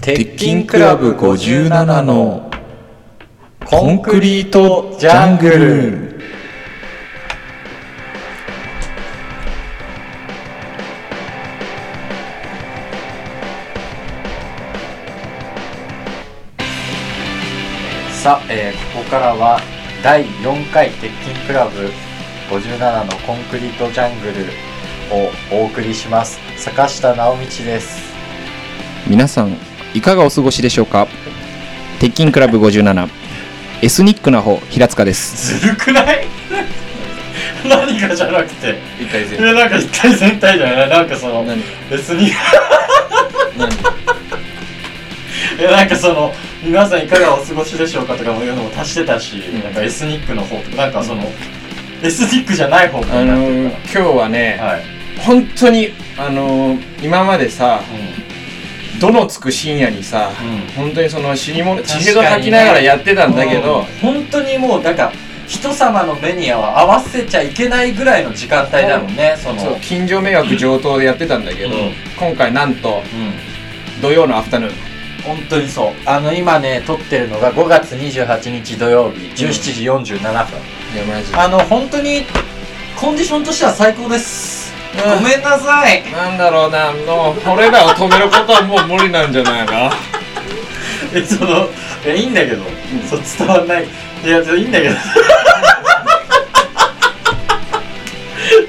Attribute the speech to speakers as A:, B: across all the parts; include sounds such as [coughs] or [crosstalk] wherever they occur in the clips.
A: 鉄筋クラブ57のコンクリートジャングルさあ、えーここからは第4回鉄筋クラブ57のコンクリートジャングルをお送りします坂下直道です
B: 皆さんいかがお過ごしでしょうか鉄筋クラブ57エスニックな方平塚です
C: ずるくない何かじゃなくて
A: 一回
C: いやなんか一回全体じゃないなんかその別にい [laughs] やなんかその皆さんいかがお過ごしでしょうかとかもいうのも足してたし、
A: ん
C: なんかエスニックの方とかなんかその、エスニックじゃない方
A: あ
C: が
A: の
C: なって
A: ー
C: る
A: 今日はね、
C: からはい、
A: 本当にあのー今までさ
C: う
A: どのつく深夜にさ、
C: んうん
A: 本当にその死に物
C: 確か
A: 血
C: に
A: へど吐きながらやってたんだけ
C: う
A: ど
C: ん、本当にもうなんか人様の目には合わせちゃいけないぐらいの時間帯だもんねその
A: そう近所迷惑上等でやってたんだけど、
C: うん
A: 今回なんと
C: うん
A: 土曜のアフタヌーン
C: 本当にそうあの今ね撮ってるのが5月28日土曜日17時47分、
A: いやマジ
C: あの本当にコンディションとしては最高です、
A: うん
C: ごめんなさい
A: なんだろうなもうこれらを止めることはもう無理なんじゃないか
C: えそのいやいいんだけど、そう伝わんないいやちょいいんだけど [laughs]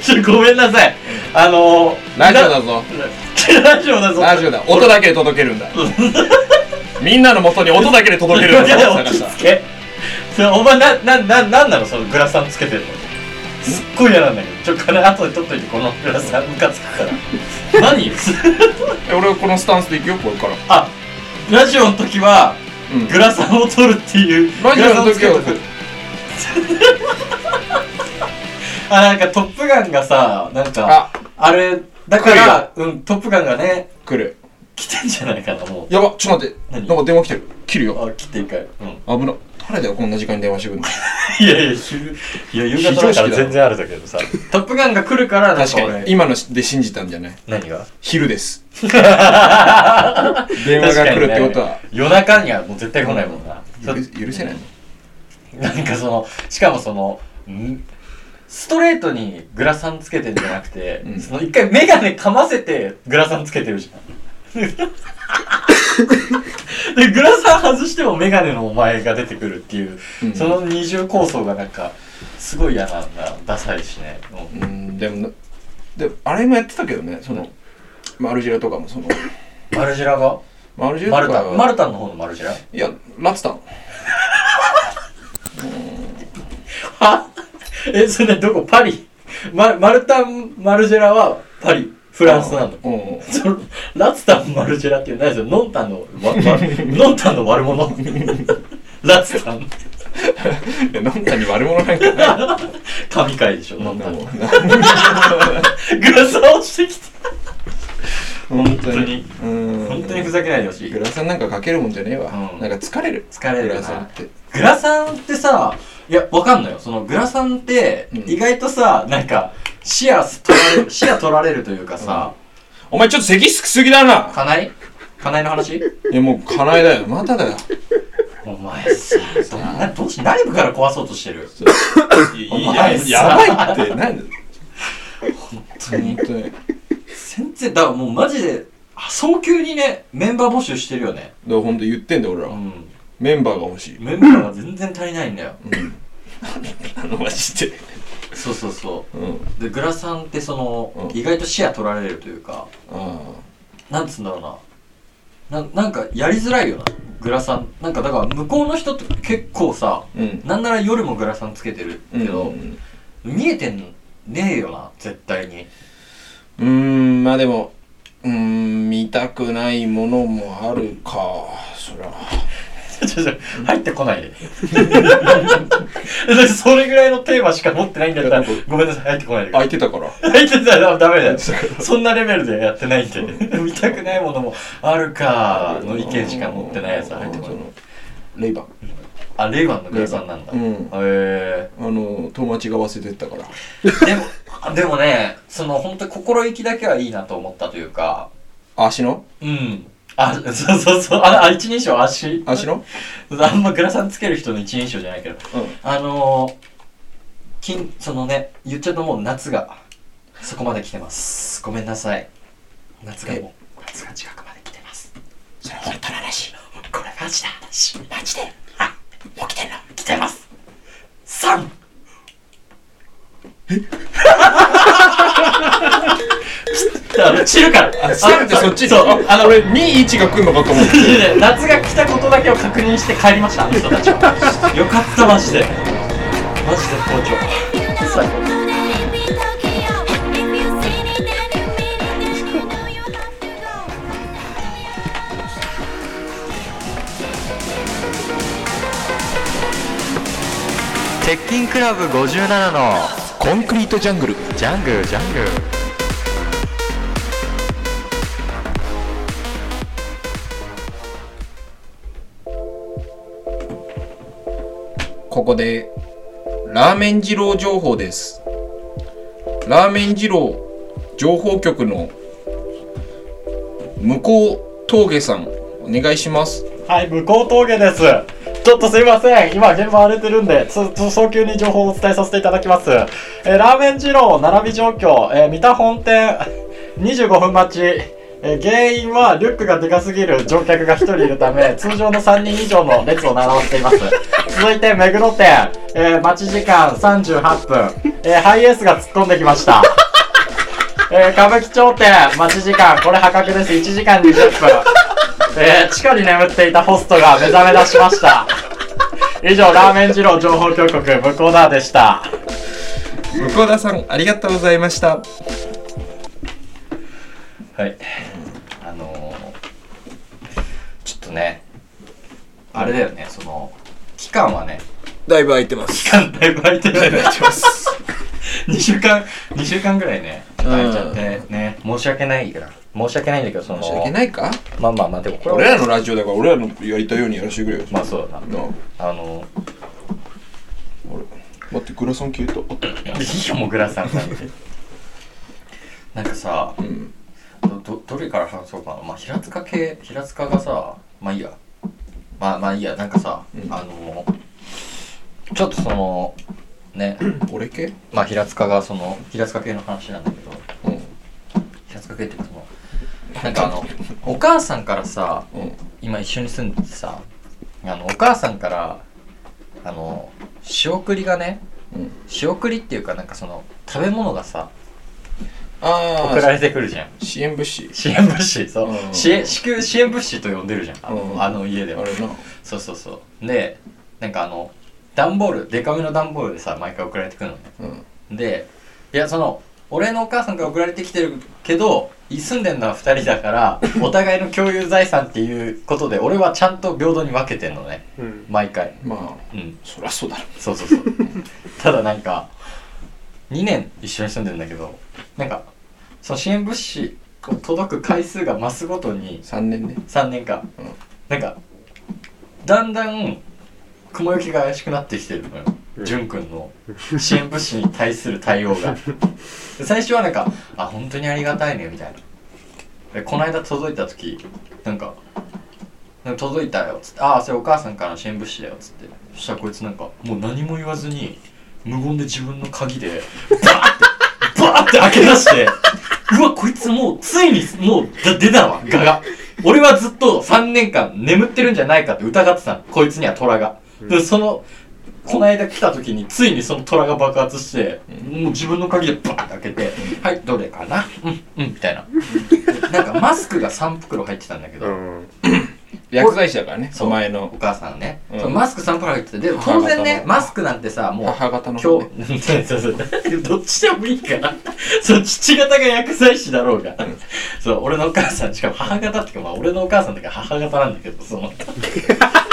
C: ちょごめんなさい [laughs] あの
A: ラジオだぞ
C: なラジオだぞ
A: ラジオだ音だけで届けるんだみんなの元に音だけで届け
C: [laughs] い
A: るんだ
C: やいや
A: ぞ
C: 落
A: 探
C: ち
A: した
C: 着けそれお前ななななんなのそのグラサンつけてるのすっごい嫌なんだけどちょこれ後で撮っといてこのグラサンムカつくから [laughs] 何
A: え俺はこのスタンスでいくよこれから
C: あラジオの時は
A: うん
C: グラサンを撮るっていう
A: ラジ
C: グ
A: オ
C: ラサ
A: の
C: ンつ
A: 時
C: け
A: は
C: とくあなんか「トップガン」がさなんか
A: あ
C: あれだから「うん、トップガン」がね
A: 来る
C: 来てんじゃないかなも
A: やばちょっと待って
C: 何
A: なんか電話来てる切るよ
C: うあ来ていいかい、うん [laughs]
A: 危な誰だよこんな時間に電話してくんの
C: いやいや、昼、いや、夕方だから全然あるだけどさ。トップガンが来るから、なん
A: 確
C: か
A: か
C: [laughs] 俺、
A: に今ので信じたんじゃない
C: 何が [laughs]
A: 昼です。電話が来るってこと
C: 確かに
A: は
C: ね夜中にはもう絶対来ないもんな。
A: 許許せない
C: な
A: の
C: んかその、しかもその、んストレートにグラサンつけてんじゃなくて、
A: うん
C: その一回メガネかませてグラサンつけてるじゃ
A: [laughs]
C: ん。で、グラサン外してもメガネのお前が出てくるっていう、
A: うん
C: その二重構想がなんか、すごい嫌なんだ。ダサいしね。うん
A: うんでもなでもあれもやってたけどねそのマルジェラとかも
C: [laughs]
A: その
C: マルジェラが
A: マルジェ
C: マル
A: ラと
C: タ
A: か
C: ン、マルタンの方のマルジェラ
A: いやラツタン
C: は [laughs] え、それどこパリママルタン、マルジェラはパリ、フ
A: フ
C: ランスなの。
A: うん
C: そのラツタン、マルジェラっていうのは何ですよ、ノンタンの、わわノンタンの悪 [laughs] 者。ラツタン、
A: いやなんかに悪者なんかない
C: 神回でしょ、ノ
A: 本
C: ン
A: 当
C: タン [laughs]
A: に
C: の。グラサン落ちてきた。
A: 本
C: 当に
A: うん
C: 本当にふざけないでほし
A: グ
C: い。
A: ラサンなんかかけるもんじゃねえわ
C: うん
A: なんか疲れる
C: 疲れるよ
A: グラ
C: な
A: サンって
C: グラサンってさ、いや、わかんないよ。そのグラサンって
A: うん、
C: 意外とさ、なんか、視野取ら [laughs] れる、視野取られるというかさ、
A: お前ちょっと咳すすぎだな
C: かないかないの話
A: いやもうかなえだよまただよ
C: お前さ、どんなどうし内部から壊そうとしてる。
A: い
C: お
A: や
C: 前
A: い
C: さ
A: ややばいってなんだ
C: 本当
A: 本
C: に。
A: 当に
C: 全然、だからもうマジで、あ早急にね、メンバー募集してるよね。
A: だから本当言ってんだよ俺ら
C: う
A: は
C: ん。
A: メンバーが欲しい [laughs]
C: メンバーが全然足りないんだよ。
A: あのマジで
C: そうそうそ
A: うん
C: う。で、グラさんってその、
A: うん
C: 意外と視野取られるというか、
A: あ
C: なんつうんだろうな。ななんかやりづらいよな。グラさん。なんかだから向こうの人って結構さ、
A: あうん
C: なんなら夜もグラさんつけてるけど、
A: うん
C: 見えてんねえよな、絶対に。
A: うーんまあでもうーん見たくないものもあるかそりゃ
C: ちょちょ入ってこないで。 [laughs] 私それぐらいのテーマしか持ってないんだったら、ごめんなさい、入ってこないで。
A: 空いてたから
C: 入ってたらダメだよ。そんなレベルでやってないんで。見たくないものもあるか、の意見しか持ってないやつは入ってこ
A: そ
C: ない。
A: のレイバン
C: あ、レイバンのグラさんなんだ。
A: う
C: へ
A: ん
C: え
A: あの友達が忘れてったから
C: でも、あでもね、その本当心意気だけはいいなと思ったというか、
A: 足の
C: うん。あ、そうそうそう。あ、あ一人称足。
A: 足の
C: あんまグラサンつける人の一人称じゃないけど。
A: うん
C: あのー、金、そのね、言っちゃうともう夏が、そこまで来てます。ごめんなさい。夏がもう、夏が近くまで来てます。
A: それ本当の話
C: これマジな話。
A: マジで
C: あ、
A: 起きてんの
C: 来てます。三。えあの散るから。あ
A: あってそっち
C: そう。
A: あの俺21が来るのかと思って
C: 夏が来たことだけを確認して帰りましたあの人たちはよかったマジでマジで好調最高
D: 鉄筋クラブ57の
A: コンクリートジャングル
D: ジャングルジャングル
A: ここでラーメン二郎情報ですラーメン二郎情報局の向こう峠さんお願いします
C: はい向こう峠ですちょっとすいません今現場荒れてるんでつつ早急に情報をお伝えさせていただきます、えーラーメン二郎並び状況、えー三田本店25分待ちえー原因はリュックがでかすぎる乗客が1人いるため通常の3人以上の列を並ばせています続いて目黒店、えー待ち時間38分、えーハイエースが突っ込んできましたえー歌舞伎町店待ち時間これ破格です1時間20分、えー地下に眠っていたホストが目覚め出しま [laughs] した以上ラーメン二郎情報局向こうだでした
A: 向田さんありがとうございました
C: はいあのちょっとねあれだよねその期間はね
A: だいぶ空いてます
C: 期間だいぶ空いてる
A: [laughs]
C: よね
A: 空いてます
C: 2週間2週間ぐらいね空いちゃってね申し訳ないから申し訳ないんだけどその
A: 申し訳ないか
C: まあまあまあでもこれは
A: 俺らのラジオだから俺らのやりたいようにやらせてくれよ、
C: まあそうだな
A: なあ
C: あの
A: あれ待ってグラサン消えた
C: いいよもうグラサンさんってなんかさ
A: うん
C: どどどれから話そうかなまあ平塚系平塚がさまあいいやまあまあいいやなんかさ、
A: うん
C: あのちょっとそのね
A: 俺系
C: まあ平塚がその平塚系の話なんだけど
A: うん
C: 平塚系っていうかそのなんかあのお母さんからさ
A: うん
C: 今一緒に住んでてさあのお母さんからあの仕送りがね
A: うん
C: 仕送りっていうかなんかその食べ物がさ
A: あ
C: 送ら
A: あ
C: れてくるじゃん
A: 支援物資
C: 支援物資そう、
A: うん
C: 支援支給支援物資と呼んでるじゃんあの,、
A: うん
C: あの家
A: あ
C: で
A: れ
C: は
A: な
C: そうそうそうでなんかあの段ボールデカめの段ボールでさ毎回送られてくるのね
A: うん
C: でいやその俺のお母さんから送られてきてるけど住んでんのは2人だから
A: [laughs]
C: お互いの共有財産っていうことで俺はちゃんと平等に分けてんのね
E: うん
C: 毎回
A: まあ
C: うん
A: そりゃそうだろ
C: そうそうそう
A: [laughs]
C: ただなんか2年一緒に住んでんだけどなんかその支援物資を届く回数が増すごとに
A: 3年ね
C: 3年間、
A: うん
C: なんかだんだん雲行きが怪しくなってきてるのよ
E: うん
C: 潤くんの支援物資に対する対応がで最初はなんか「あ本当にありがたいね」みたいなでこの間届いた時なんか「なんか届いたよ」っつって「ああそれお母さんからの支援物資だよ」っつってそしたらこいつなんかもう何も言わずに無言で自分の鍵でバーって [laughs] 開け出して、うわ、こいつもう、ついに、もう、だ出たわ、ガが。俺はずっと3年間眠ってるんじゃないかって疑ってたの。こいつには虎が。で、その、この間来た時に、ついにその虎が爆発して、もう自分の鍵でバーって開けて、はい、どれかなうん、うん、みたいな。なんかマスクが3袋入ってたんだけど、
E: うん
A: 薬剤師だからね
C: そう
A: お前
C: お
A: の
C: 母さんね、
A: うん
C: そのマスク3袋入ってて、で、当然ね、
A: 母方の
C: マスクなんてさ、もう、
A: 母方の方
C: 今
A: ね
C: 日、そうそうそう [laughs] どっちでもいいから、そう、父方が薬剤師だろうが、そう、俺のお母さん、しかも母方っていうか、まあ、俺のお母さんだから母方なんだけど、そ [laughs] の、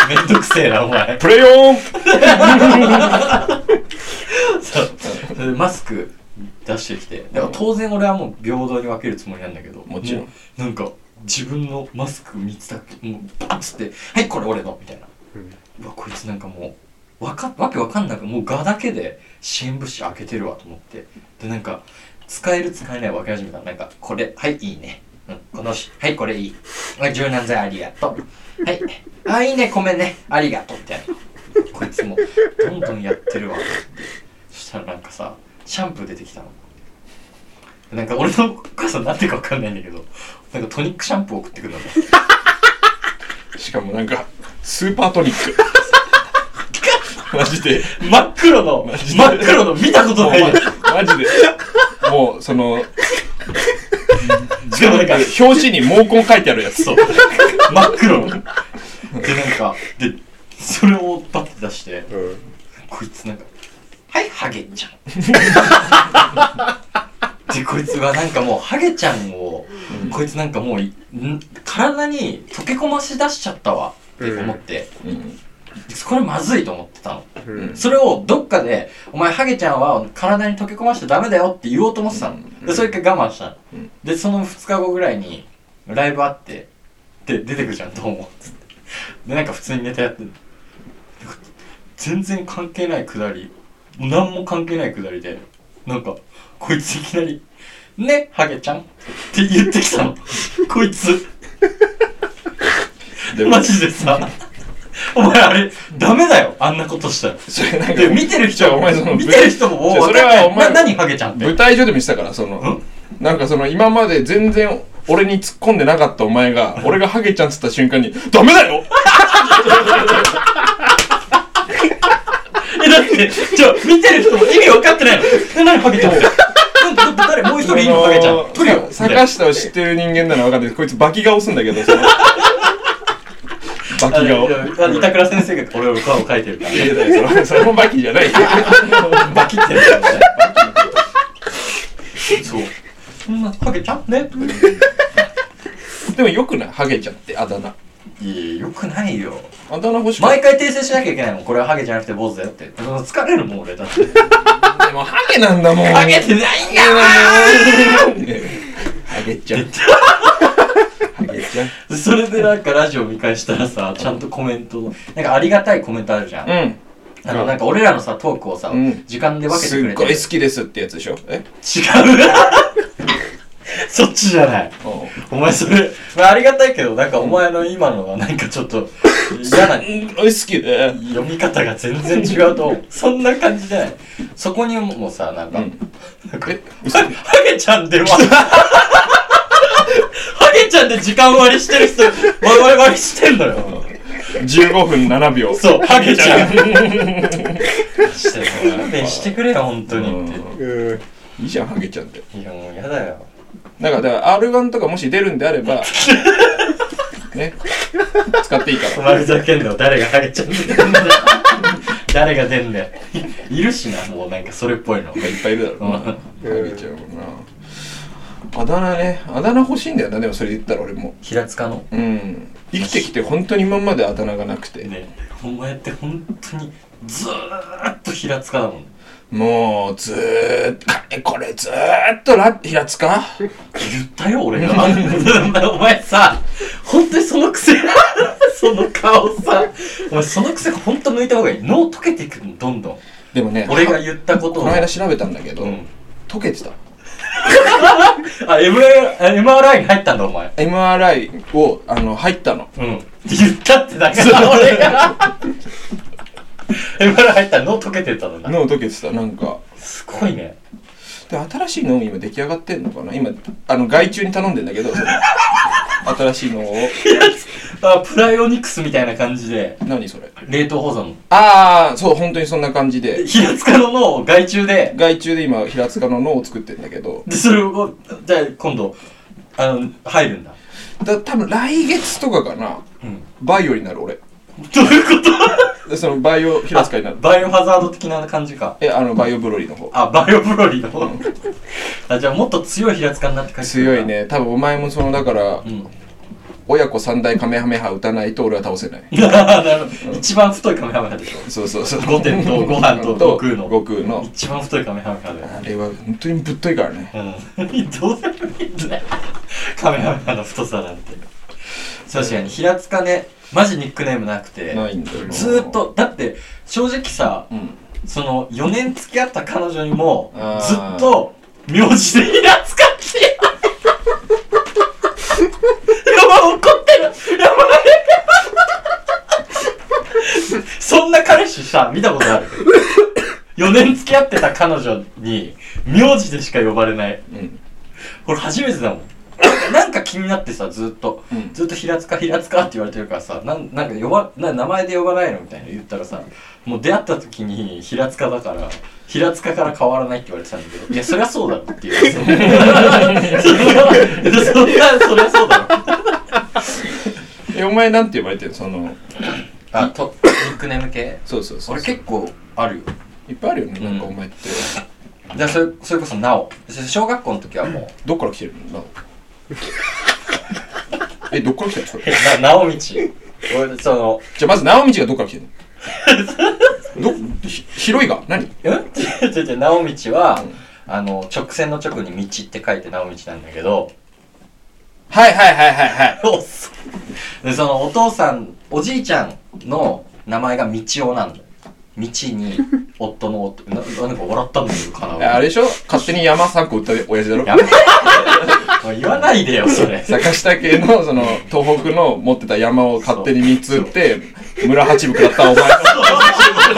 C: めんどくせえな、お前。
A: プレヨーン
C: そう、それでマスク出してきて、だから当然俺はもう平等に分けるつもりなんだけど、
A: もちろん
C: うなんか、自分のマスク見つたく、もう、バッつって、はい、これ俺の、みたいな。
E: うん
C: うわこいつなんかもうわかわけわかんなくもう蛾だけで支援物資開けてるわと思ってでなんか使える使えない分け始めたらなんかこれはいいいね、うん、このしはいこれいいあ柔軟剤ありがとうはいあいいね米ねありがとうみたいなこいつもどんどんやってるわそしたらなんかさシャンプー出てきたのなんか俺のお母さんなんてかわかんないんだけどなんかトニックシャンプー送ってくるのね
A: しかもなんか、スーパートニッ [laughs] ク。マジで。
C: [laughs] 真っ黒の
A: マジで
C: 真っ黒の見たこと
A: も
C: な
A: う
C: い
A: マジで。もう、その、
C: しかもなんか
A: 表紙に毛根書いてあるやつ。
C: そう。真っ黒の。で、なんか、で、それをバッて出して、こいつなんか、はい、ハゲちゃん。で、こいつはなんかもう、ハゲちゃんを、こいつなんかもうい、ん体に溶け込ませ出しちゃったわ、って思って、
A: うん。
C: これまずいと思ってたの。
A: ん
C: それをどっかで、お前ハゲちゃんは体に溶け込ませちゃダメだよって言おうと思ってたの。で、それ一回我慢したの。
A: うん
C: で、その2日後ぐらいに、ライブあって、で、出てくるじゃん、どうも。つってで、なんか普通にネタやってる。で全然関係ないくだり、何も関係ないくだりで、なんか、こいついきなり、ね、ハゲちゃんって言ってきた
A: [laughs]
C: の。こいつ。
A: でも
C: マ、ジでさ、お前あれ、ダメだよ、あんなことしたら。
A: それなんか、
C: で、見てる人
A: お前その
C: も、見てる人も、お
A: じゃあ
C: 分かんない
A: それはお前
C: な何ハゲちゃんって。
A: 舞台上でもしたから、その、
C: うん
A: なんかその、今まで全然、俺に突っ込んでなかったお前が、俺がハゲちゃんっつった瞬間に、ダメだよ
C: え、だって、じゃあ見てる人も意味分かってないの。え、何ハゲちゃんって。なんだ誰もう一人いるのハゲちゃん。トリオ。
A: さ坂下を知ってる人間なら分かんないこいつ [laughs] バキ顔すんだけどそのバ
C: あ
A: キ
C: の
A: 顔
C: いやあの板倉先生が俺の顔を描いてるから。
A: いやだよそれそれもバキじゃないよ [laughs]
C: バキってるからね。そう。そんな、ハゲちゃんねとか言って
A: でもよくないハゲちゃんってあだ名
C: いや、よくないよ。
A: あだ名欲しくない
C: 毎回訂正しなきゃいけないもん。これはハゲじゃなくて坊主だよって。その疲れるもん、俺。だって。
A: でもハゲなんだもん
C: ハゲてないんだ
A: ハゲちゃんハゲちゃん
C: それでなんかラジオ見返したらさ、ちゃんとコメント、なんかありがたいコメントあるじゃん。
A: うん
C: あの、なんか俺らのさ、トークをさ、
A: うん
C: 時間で分け
A: す
C: てくれ
A: ってごい
C: る。
A: 好きですってやつでしょえ
C: 違うそっちじゃない。お前それ、まあ、ありがたいけど、なんかお前の今のはなんかちょっと嫌な
A: うんおい好きで
C: 読み方が全然違うと思う。そんな感じじゃない。そこにもさ、なんか、
A: うん
C: なんか
A: え
C: ハゲちゃんで割ハゲちゃんで時間割りしてる人、我々割りしてんのよ。
A: 15分7秒
C: そう、ハゲちゃん。
A: ん
C: して勘弁してくれよ、本当にって。
D: うん
A: いいじゃんハゲちゃんって
C: いや、もうやだよ。
A: だから、だから R1 とかもし出るんであれ [laughs] ば、ね、使っていいか
C: お
A: ら。
C: 前ふざけんなよ誰がハゲちゃんだよ誰が出んだよいるしなもうなんかそれっぽいの
A: いっぱいいるだろうな。ハゲちゃうもんな。あだ名ね、あだ名欲しいんだよな、でもそれ言ったら俺も。
C: 平塚の
A: うん。生きてきて本当に今まであだ名がなくて。
C: ねお前って本当にずーっと平塚だもん
A: もう、ずーっと、えこれずーっとラ、平塚
C: 言ったよ俺が [laughs] お前さ本当にその癖その顔さお前その癖本当抜いた方がいい脳溶けていくのどんどん
A: でもね、
C: 俺が言ったこと
A: こ
C: を
A: の間調べたんだけど、
C: うん
A: 溶けてた。
C: あ M- MRI に入ったんだお前
A: MRI を、あの、入ったの。
C: うん。って言ったってだから、俺が。 [laughs] エバラ入ったら脳溶けてたのな。
A: 脳溶けてた、なんか。
C: すごいね。
A: で新しいのを今出来上がってんのかな今あの外注に頼んでんだけどその [laughs] 新しいのを
C: あ、プライオニクスみたいな感じで、
A: 何それ
C: 冷凍保存。
A: ああそう本当にそんな感じで
C: 平塚の脳を外注で、
A: 外注で今平塚の脳を作ってんだけど
C: で、それを、じゃあ今度、あの、入るんだ。
A: だ多分来月とかかな
C: うん。
A: バイオになる俺
C: どういうこと
A: でそのバイオ平塚になる
C: バイオハザード的な感じか。
A: えあのバイオブロリーの方
C: あ、バイオブロリーの。あ、じゃあもっと強い平塚になって帰ってくる
A: 強い。ね多分お前もそのだから
C: うん。 [laughs]
A: 親子三大カメハメハ打たないと俺は倒せない
C: なるほど。一番太いカメハメハでしょ。
A: そうそうそう
C: 五点とご飯と悟空の
A: 悟空の
C: 一番太いカメハメハで。
A: あれは本当にぶっといからね
C: うん、 [laughs] どうでもいいんだよカメラマンの太さなんて確かに平塚ねマジニックネームなくて
A: ないんだよな
C: ずーっとだって正直さ
A: うん
C: その4年付き合った彼女にも
A: あ
C: ず
A: ー
C: っと名字で平塚ってさ、見たことある。4年付き合ってた彼女に、名字でしか呼ばれない。
A: うん
C: これ初めてだもん。 [coughs] なんかなんか気になってさ、ずっと。
A: うん
C: ずっと平塚平塚って言われてるからさなんなんか呼ばな名前で呼ばないのみたいな言ったらさもう出会った時に平塚だから平塚から変わらないって言われてたんだけどいやそりゃそうだろっていうそれはそりゃそりゃそうだろ
A: えお前なんて呼ばれてるのその
C: あとニックネーム系
A: そうそうそう
C: 俺結構あるよ
A: いっぱいあるよねなんか
C: う
A: お
C: ん
A: 前って
C: でそれそれこそなおそ小学校の時はもう
A: どっから来てるのなえどっから来たのそれじゃ
C: [laughs] ななおみち俺その
A: あまず直道がどっから来てるのどひ広いが何
C: うん [laughs] 違う違う違う直道は、
A: うん
C: あの直線の直に道って書いて直道なんだけど
A: はいはいはいはいはい
C: おっさんでそのお父さんおじいちゃんの名前が道夫なんだよ道に夫の夫ななんか笑ったんだけどか
A: えあ
C: な
A: れでしょ勝手に山3個売った親父だろ
C: やめて [laughs] もう言わないでよそれ
A: 坂下家のその東北の持ってた山を勝手に3つ売って村八分食らったお前
C: [laughs]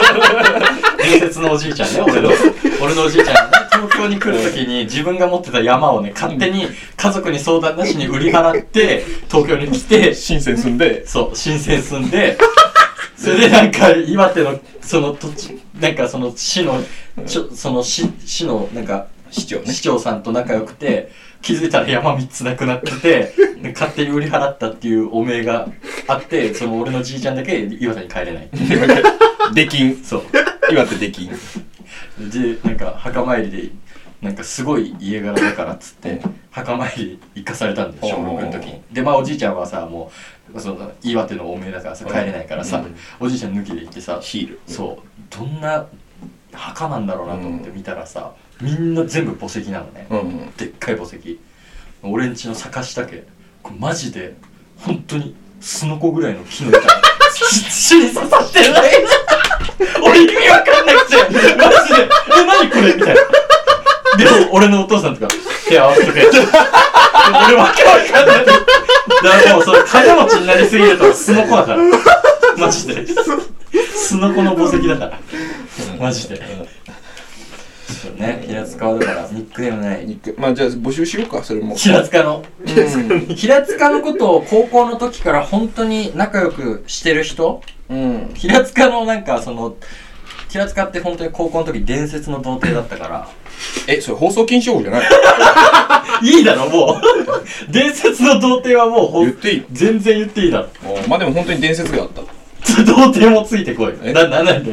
C: 伝説のおじいちゃ
A: [laughs]
C: んね俺の俺のおじいちゃんがね東京に来るときに自分が持ってた山をね勝手に家族に相談なしに売り払って東京に来て
A: 深セン住んで
C: そう、新鮮住んで、それでなんか、岩手の、その土地、なんかその市の、ちょその市、市の、なんか、
A: 市長ね
C: 市長さんと仲良くて、気づいたら山3つなくなってて、で勝手に売り払ったっていう汚名があって、その俺のじいちゃんだけ岩手に帰れない。
A: 出禁
C: そう。
A: 岩手出禁
C: で、なんか、墓参りで、なんかすごい家柄だからっつって、
A: うん
C: 墓参り行かされたんだよ、小
A: おうおうおう
C: 6の時に。で、まあおじいちゃんはさ、もう、その岩手の汚名だからさ、帰れないからさ、おじいちゃん抜きで行ってさ、
A: ヒール
C: そうどんな墓なんだろうなと思って
A: う
C: 見たらさ、みんな全部墓石なのね、
A: うんうん
C: でっかい墓石俺んちの坂下家これマジで本当にすのこぐらいの木の板土に刺さってるだけ俺意味わかんなくてマジで「え何これ?」みたいなでも俺のお父さんとか手合わせとけで俺わけわかんないだからもうそれ金持ちになりすぎるとすのこだからマジですのこの墓石だからマジでそうね平塚はだからニックネームない
A: 肉まあじゃあ募集しようかそ
C: [laughs]
A: れも
C: 平塚の
A: う
C: 平塚のことを高校の時から本当に仲良くしてる人
A: んうん
C: 平塚のなんかその平塚って本当に高校の時伝説の童貞だったから
A: えそれ放送禁止用語じゃない
C: いいだろもう [laughs] 伝説の童貞はもうほん
A: 言っていい
C: 全然言っていいだろ
A: あーまあでも本当に伝説があった
C: 童貞もついてこい
A: え
C: よなななんで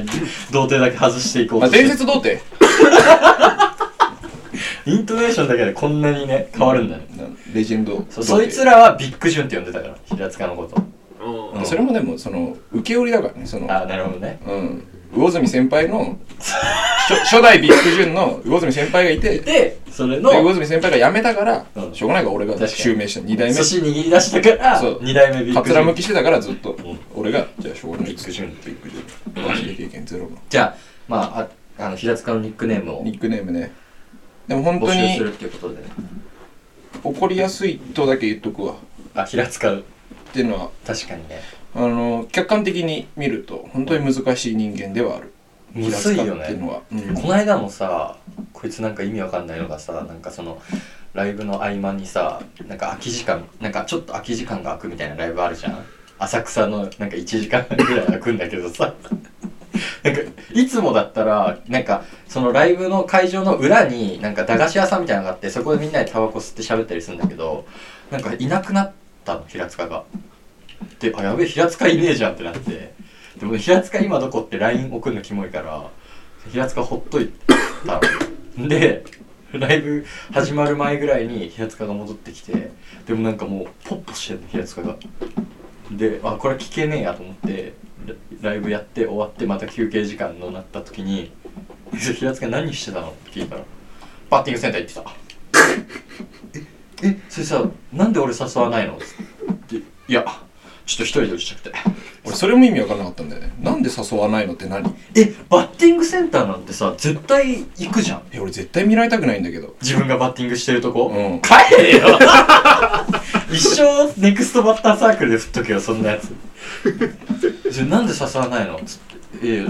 C: 童貞だけ外していこうと
A: あ
C: して
A: 伝説童貞
C: イントネーションだけでこんなにね変わるんだね、
A: うんレジェンド童
C: そう
A: 貞
C: そいつらはビッグジュンって呼んでたから平塚のこと、
E: う
C: うん
A: それもでもその受け売りだからねその
C: あなるほどね
A: うん魚住先輩の初初代ビッグジュンの魚住先輩がいてで
C: でそれの
A: 魚住先輩が辞めたから、
C: うん
A: しょうがないから俺が
C: 確かに
A: 襲名した2代
C: 寿司
A: 目
C: 握り出したから
A: そう
C: 2代目ビッ
A: か
C: グ
A: つ
C: ジ
A: ら
C: ュ
A: む
C: ン
A: きしてたからずっと、
C: ん
A: 俺がじゃあしょうがない
C: ビッグジュン
A: ビッグジュンマジで経験ゼロの
C: じゃあまあああの平塚のニックネームを
A: ニックネームねでも本
C: 募集
A: 当
C: す
A: に
C: るっていうことでね
A: 怒りやすいとだけ言っとくわっ
C: あ平塚
A: ていうのは
C: 確かにね
A: あの客観的に見ると本当に難しい人間ではある
C: むずいよ
A: 平塚っていう
C: ね
A: のは、うん
C: この間もさこいつなんか意味わかんないのがさなんかそのライブの合間にさなんか空き時間なんかちょっと空き時間が空くみたいなライブあるじゃん浅草のなんか1時間ぐらい空くんだけどさ [laughs] なんかいつもだったらなんかそのライブの会場の裏になんか駄菓子屋さんみたいなのがあってそこでみんなでタバコ吸って喋ったりするんだけどなんかいなくなったの平塚が。であやべえ平塚いねえじゃんってなってでも平塚今どこって LINE 送るのキモいから平塚ほっといたのでライブ始まる前ぐらいに平塚が戻ってきてでもなんかもうポッポしてるの平塚がであこれ聞けねえやと思ってラライブやって終わってまた休憩時間のなった時に「平塚何してたの?」って聞いたら「バッティングセンター行ってた」え「えそれさなんで俺誘わないの?」っていやちょっと一人で打ちたくて」
A: 俺それも意味わからなかったんだよねなんで誘わないのって何
C: えバッティングセンターなんてさ絶対行くじゃん
A: え俺絶対見られたくないんだけど
C: 自分がバッティングしてるとこ、
A: うん
C: 帰れよ [laughs] 一生ネクストバッターサークルで振っとけよそんなやつじゃあなんで誘わないのつってえ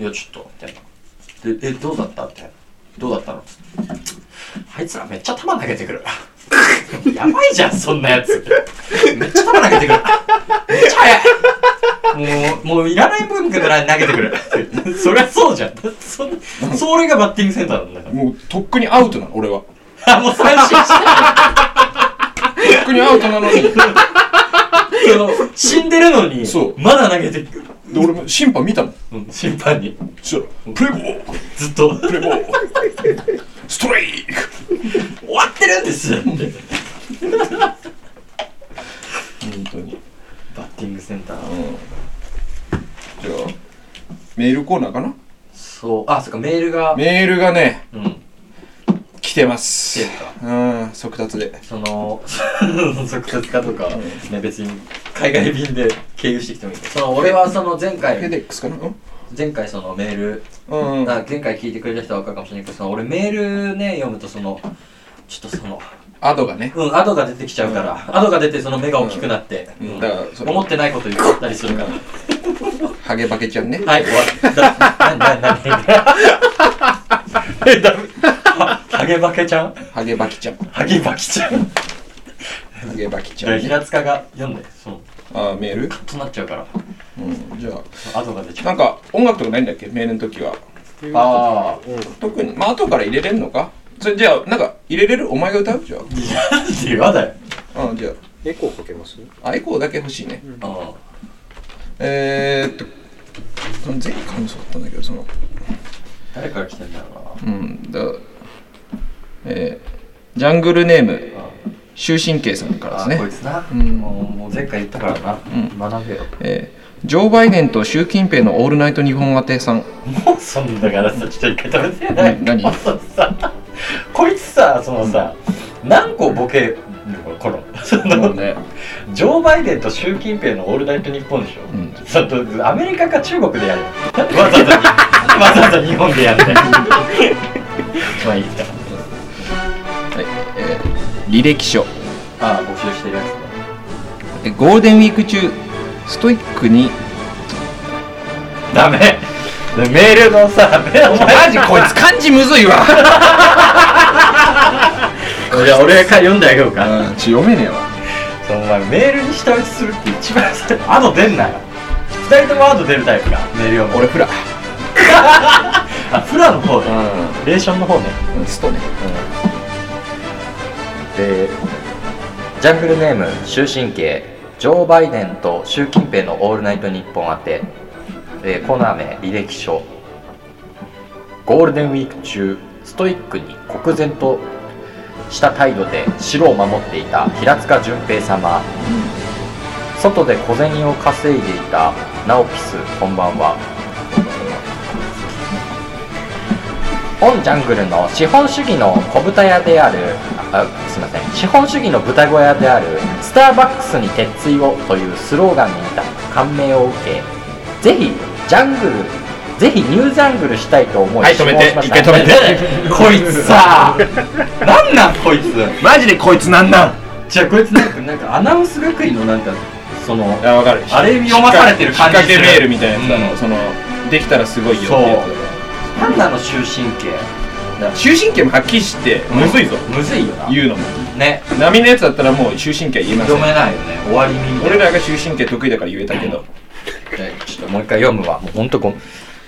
C: えいやちょっと」みたいな「でえどうだった?」みたいな「どうだったの?」あいつらめっちゃ球投げてくるやばいじゃんそんなやつめっちゃ球投げてくるめっちゃ速いもうもういらない分からい投げてくるそりゃそうじゃんだってそんなそれがバッティングセンターなんだか
A: もうとっくにアウトなの俺はと
C: らあもう三振した
A: っくにアウトなのにで
C: その死んでるのに
A: そう
C: まだ投げてくる、
A: 俺も審判見たもん
C: うん審判に
A: そしたらプレーボール
C: ずっと
A: プレーボールストライク
C: 終わってるんですって
A: 本当に
C: バッティングセンター
A: じゃあメールコーナーかな
C: そうあそっかメールが
A: メールがね
C: うん
A: 来てます
C: 来てるか
A: うん速達で
C: その [laughs] 即決かとか、ね、別に海外便で経由してきてもいいその俺はその前
A: フェ
C: 回
A: デックスかなうん
C: 前回そのメール、
A: うん
C: あ前回聞いてくれた人は分かるかもしれないけどその俺メールね読むとそのちょっとその
A: アドがね
C: うんアドが出てきちゃうから、アドが出てその目が大きくなって、
A: うん
C: うん
A: だからそれ
C: 思ってないこと言ったりするから
A: ハゲバケちゃんね
C: はい、終わった。な、な、な、え、だめ。ハゲバケちゃん
A: ハゲバキちゃん
C: ハゲバケちゃん
A: ハゲバキち
C: じゃ
A: ゃ
C: あ、
A: んね
C: 平塚が読んで、そう。
A: あーメール
C: カッとなっちゃうから、
A: うんじゃ
C: 後が出
A: あ
C: ちゃ
A: な
C: う。
A: んか音楽とかないんだっけメールの時は
C: あ
A: 特にまあ後から入れれんのかそれじゃあなんか入れれるお前が歌うじゃ
C: あ。いや、言わだよ。
A: ああじゃ
E: エコーかけます
A: あアイコーだけ欲しいね
C: うん。は
A: えー、っと前回もそうだったんだけどその
C: 誰から来てんだろう
A: うんだえー、ジャングルネーム
C: な。
A: 終身刑さんから
C: あ、
A: です
C: こい
A: ね
C: つな。
A: うん
C: もう、もう前回言ったからな。学べよ。
A: えージョー・バイデンと習近平のオールナイト日本宛てさん
C: もう、そんだからさ、ちょっと一回食べてな
A: う
C: い。
A: ん何
C: あそうさこいつさ、そのさ、何個ボケるのこの、その、
A: ね
C: ジョー・バイデンと習近平のオールナイトニッポンでしょ、
A: ん
C: ちょっとアメリカか中国でやるなんでわざわざわざわざ日本でやるんだよまあいいか
A: はいえー履歴書
C: ああ募集してるやつね
A: えーゴールデンウィーク中ストイッ
C: [laughs]
A: クに
C: [laughs] ダメメールのさメお前
A: マジこいつ漢字むずい [laughs] わ
C: じゃあ俺が読んであげようか、
A: うんち読めねえわ
C: そのお前メールに下打ちするって一番さアド出んなよ二人ともアド出るタイプかメール読む
A: 俺フラ
C: あフラの方ね
A: う
C: レーションの方ね
A: んストね
C: でジャングルネーム終身刑ジョー・バイデンと習近平の「オールナイトニッポン」宛て、えーコーナー名履歴書ゴールデンウィーク中ストイックに国然とした態度で城を守っていた平塚淳平様外で小銭を稼いでいたナオピスこんばんは本ジャングルの資本主義の小豚屋であるああすいません資本主義の豚小屋であるスターバックスに鉄槌をというスローガンに似た感銘を受けぜひジャングルぜひニュージャングルしたいと思い
A: はい止めて
C: 志望しました
A: 一回止めて
C: こいつさなんなんこいつ
A: マジでこいつなんなん
C: じゃあこいつなんかなんかアナウンス学院のなんかその
A: あわかる
C: あれ読まされてる感じ
A: 引っ掛けメールみたいなやつだの、
C: うん
A: そのできたらすごいよってやつだ
C: なんなの終身刑
A: から終身刑もはっきりしてむずいぞ、
C: むずいよな
A: 言うのも
C: ね
A: 波のやつだったらもう終身刑言えません
C: 読めないよね終わりみ
A: 俺らが終身刑得意だから言えたけど
C: ねちょっともう一回読むわもうほんとごめん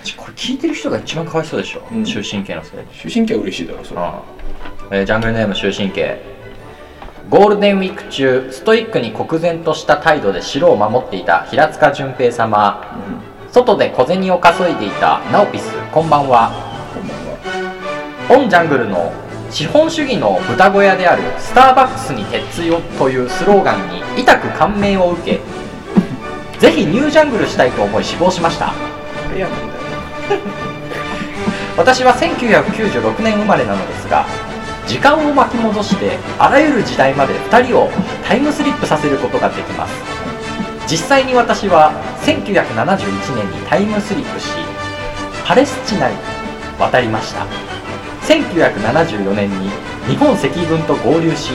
C: ちょこれ聞いてる人が一番かわいそうでしょ、
A: うん
C: 終身刑のせいで
A: 終身刑は嬉しいだろそれ
C: ああえージャングルネーム終身刑ゴールデンウィーク中ストイックに国然とした態度で城を守っていた平塚淳平様外で小銭を稼いでいたナオピスこんばんは
A: こんばんは
C: 本ジャングルの資本主義の豚小屋であるスターバックスに鉄槌をというスローガンに痛く感銘を受けぜひニュージャングルしたいと思い死亡しました
A: これやなんだよ
C: 私は1996年生まれなのですが時間を巻き戻してあらゆる時代まで2人をタイムスリップさせることができます実際に私は1971年にタイムスリップしパレスチナに渡りました1974年に日本赤軍と合流し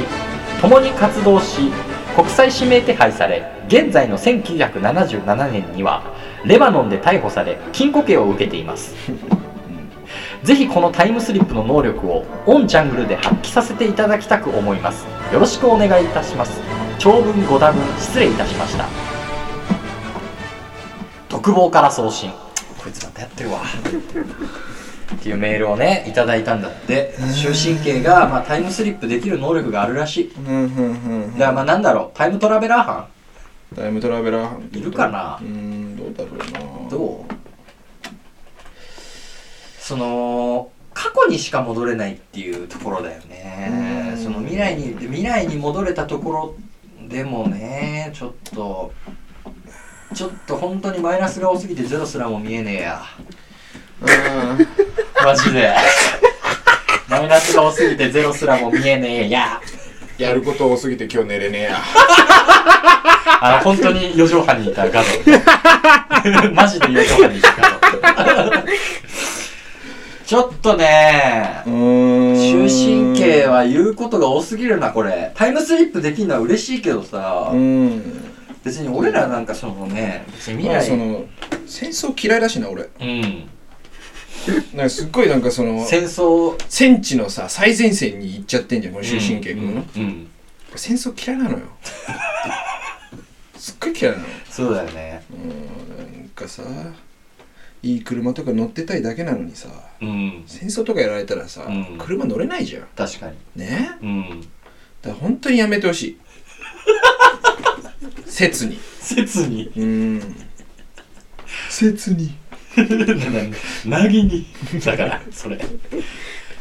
C: 共に活動し国際指名手配され現在の1977年には
E: レバノンで逮捕され禁錮刑を受けていますぜひこのタイムスリップの能力をオンジャングルで発揮させていただきたく思いますよろしくお願いいたします長文ご多文失礼いたしました特防から送信
C: こいつまたやってるわっていうメールをねいただいたんだって終身刑が、まあ、タイムスリップできる能力があるらしい
A: うんうんうん
C: だからまあなんだろうタイムトラベラー犯
A: タイムトラベラー犯
C: いるかな
A: うーんどうだろうな
C: どうその過去にしか戻れないっていうところだよね
A: うん
C: その未来に未来に戻れたところでもねちょっとちょっと本当にマイナスが多すぎてゼロすらも見えねえや
A: あ
C: マジでマイナスが多すぎてゼロすらも見えねえや
A: ーやること多すぎて今日寝れねえや
C: あの本当に四畳半にいたガド [laughs] マジで四畳半にいたガド [laughs] ちょっとね
A: うーん
C: 終身刑は言うことが多すぎるなこれタイムスリップできるのは嬉しいけどさ
A: うん
C: 別に俺らなんかそのね別に未
A: まあそ
C: 来
A: の戦争嫌いだしな俺
C: うん
A: なんかすっごいなんかその
C: 戦争
A: 戦地のさ最前線に行っちゃってんじゃんこの終身刑
C: う
A: 君、
C: んうん
A: 戦争嫌いなのよすっごい嫌いなの
C: そうだよね
A: うんなんかさいい車とか乗ってたいだけなのにさ
C: うん
A: 戦争とかやられたらさ、
C: うん
A: 車乗れないじゃん
C: 確かに
A: ね
C: うん
A: だから本当にやめてほし [laughs] い切に
C: [laughs] 切に
A: うん切に
C: なぎにだからそれ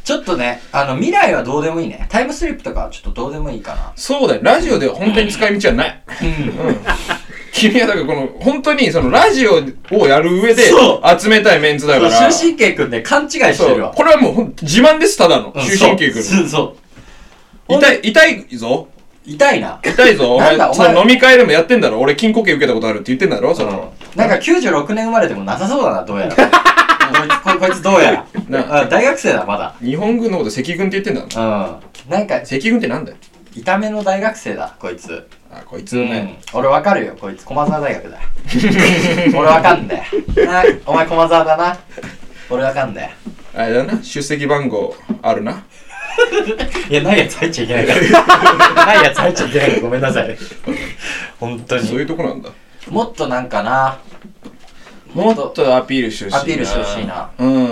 C: ちょっとねあの未来はどうでもいいねタイムスリップとかはちょっとどうでもいいかな
A: そうだよラジオでは本当に使い道はない、
C: うん
A: うん、君はだからこの本当にそのラジオをやる上で
C: そ
A: 集めたいメンツだから
C: 終身刑君ね勘違いして
A: そ
C: る
A: う
C: わ
A: これはもうほんと自慢ですただの
C: うん
A: 終身刑君
C: そうそうそう
A: 痛い痛いぞ
C: 痛いな
A: 痛いぞお
C: なん
A: 前
C: だお前
A: その飲み会でもやってんだろ俺金庫刑受けたことあるって言ってんだろその、
C: なんか96年生まれてもなさそうだな、どうやら。こいつこ、こいつどうや
A: な
C: ら。あ大学生だ、まだ。
A: 日本軍のこと赤軍って言ってんだろ
C: うん。なんか、
A: 赤軍ってなんだよ
C: 痛めの大学生だ、こいつ。
A: あこいつね、
C: うん俺わかるよ、こいつ。駒沢大学だ。 [laughs] 俺わかんだよ。なお前駒沢だな。俺わかんだよ。
A: あれだな出席番号あるない
C: や、ないやつ入っちゃいけない
E: [laughs]
C: から。ないやつ入っちゃいけないから、ごめんなさい。本当
A: そう
C: に。
A: いうとこなんだ
C: もっとなんかな、
A: もっとアピールしてほしいな
C: アピールしてほしいな
A: うん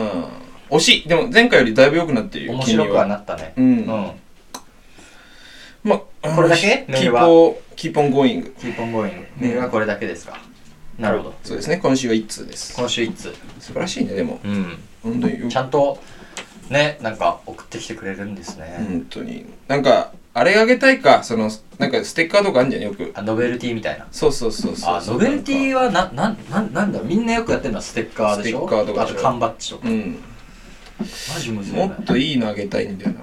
A: 惜しいでも前回よりだいぶ良くなってるよ
C: 面白くは
A: 君
C: なったね。
A: うん
C: うん。
A: まあ
C: これだけ
A: キ
C: メー
A: ー
C: ル
A: ポ
C: は
A: ーキーポンゴーイング
C: キーポンゴーイング。メールはこれだけですか。なるほど。
A: そうですね今週は一通です
C: 今週一通。
A: 素晴らしいねでも
C: うん。
A: 本当に
C: ちゃんとねなんか送ってきてくれるんですね、
A: 本当になんかあれあげたいかそのなんかステッカーとかあんじゃんよく
C: あノベルティみたいな
A: そうそうそうそう
C: あノベルティはなななんなんだみんなよくやってるのはステッカーでしょ
A: ステッカーとか
C: あ
A: でしょ
C: と缶バッジとか
A: うん
C: マジむずい
A: も
C: な
A: っといいのあげたいんだよな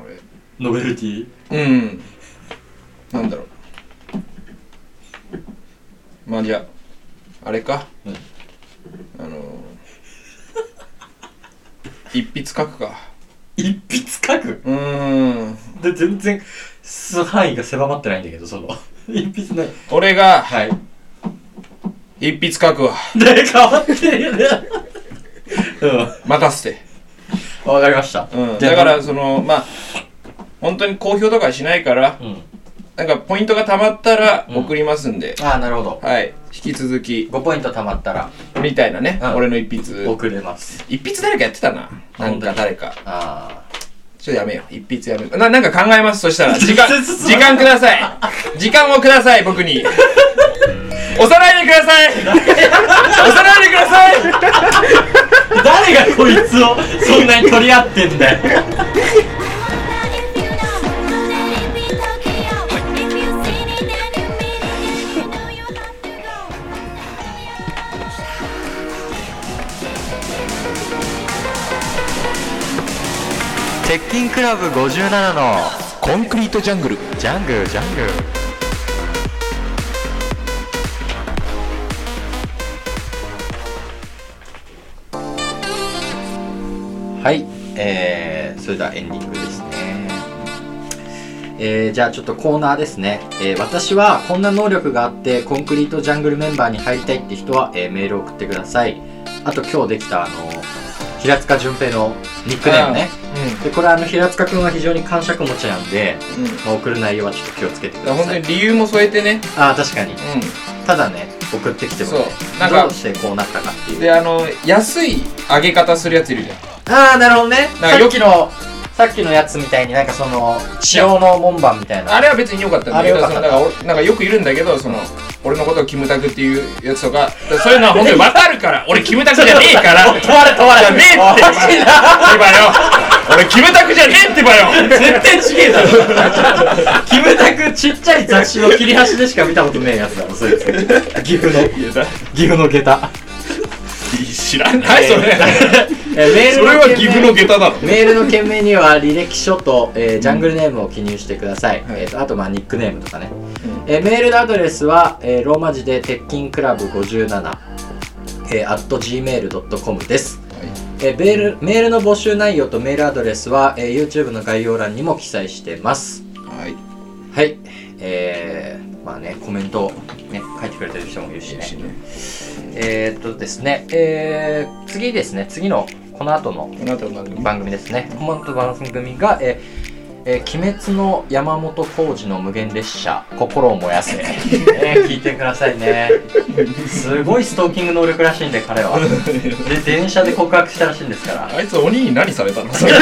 C: ノベルティ
A: 俺うんなんだろうまあじゃああれか、
C: うん
A: あのー、一筆書くか
C: 一筆書く
A: うーん
C: で全然す範囲が狭まってないんだけどその [laughs] 一筆ない
A: 俺が
C: はい
A: 一筆書くわ
C: で変わってるよね [laughs]
A: 待たせて
C: うんわかりました、
A: うん
C: じゃあ
A: だからそのまあ本当に公表とかはしないから
C: うん
A: なんかポイントがたまったら
C: うん
A: 送りますんで、
C: ああなるほど
A: はい引き続き
C: 5ポイント貯まったら
A: みたいなね、
C: うん
A: 俺の一筆
C: 送れます
A: 一筆誰かやってたななん
C: 本当
A: か
C: に
A: 誰か
C: ああ
A: ちょっとやめよう一筆やめようななんか考えますそしたら時
C: [laughs]
A: 間
C: 全然進
A: 時間ください時間をください僕におさらいでくだ
C: [laughs]
A: さいおさらいでください
C: 誰がこいつをそんなに取り合ってんだよ鉄筋クラブ57の
A: コンクリートジャングル
C: ジャングルジャングルはいえー、それではエンディングですねえーじゃあちょっとコーナーですね、えー私はこんな能力があってコンクリートジャングルメンバーに入りたいって人は、えーメールを送ってくださいあと今日できたあの平塚淳平のニックネームねでこれあの平塚君は非常に感触持ちなんで、
A: うん。うん。
C: まあ、送る内容はちょっと気をつけてく
A: だから
C: ださ
A: 本当
C: い
A: に理由も添えてね。
C: ああ確かに
A: う
C: ただね送ってきて
A: ん。
C: も
A: そ
C: ね
A: う。なん
C: ど
A: か
C: う、してこうなったかっていう
A: で、あの、安い上げ方するやついるじゃん。
C: ああなるほどね
A: なんか
C: さ
A: よ
C: っきのさっきのやつみたいになんかその塩の門番みたいな
A: あれは別に良かったんだけ
C: あ
A: ど、
C: れ良
A: そ
C: か
A: の
C: った
A: だからおなんかよくいるんだけど、その、俺のことをキムタクっていうやつとか、 [laughs] そういうのは本当に分かるから、俺キムタクじゃねえから、 [laughs] じ
C: 問われ問われ
A: ゃねえってばよ、俺キムタクじゃねえってばよ、
C: 絶対ちげ
A: [laughs]
C: えだろキムタクちっちゃい雑誌の切り端でしか見たことねえやつだろそいつ岐阜の岐阜の下駄
A: 知らないそれ、
C: えメー
A: [laughs] そ
C: ル
A: れ
C: の
A: は
C: 件名
A: 岐阜の下駄だろ。
C: メールの件名には履歴書と、えージャングルネームを記入してください、
A: はい
C: えーとあとまあニックネームとかね、えーメールのアドレスは、えーローマ字で鉄筋クラブ57えー、at gmail.com です、えーメールメールの募集内容とメールアドレスは、えー YouTube の概要欄にも記載してます
A: はい、
C: はいえー、まあねコメントをね書いてくれてる人もいるしねえー、っとですねえー、次ですね次のこの後の
A: この後の番組
C: 番組ですね。コマンド番組が、えーえー鬼滅の山本浩二の無限列車、心を燃やせ。 [laughs] ね聞いてください [laughs] ね。すごいストーキング能力らしいんで、彼は。で、電車で告白したらしいんですから。
A: [laughs] あいつ鬼に何されたのそ [laughs] れ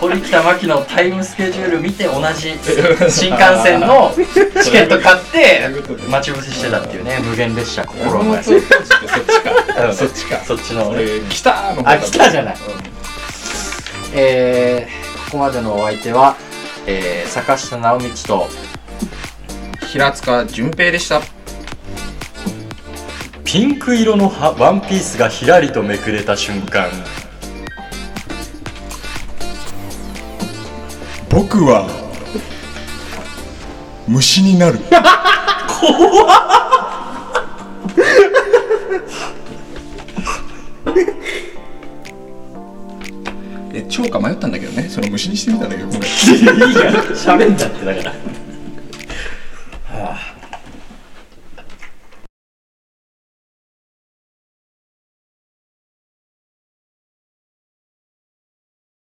C: 堀北真希のタイムスケジュール見て同じ新幹線 [laughs] のチケット買って待ち伏せしてたっていうね、無限列車、心を燃やせ。
A: そっち
C: う
A: か
C: ん
A: そっちか
C: そっちの、ね。
A: 俺来たの方だ
C: あ、来たじゃない。えー、ここまでのお相手は、えー、坂下直道と、
A: 平塚淳平でした
C: ピンク色のはワンピースがひらりとめくれた瞬間
F: 僕は虫になる
A: [laughs] え超か迷ったんだけどねそれ虫にしてみたんだけどごめん
C: 喋んだってだから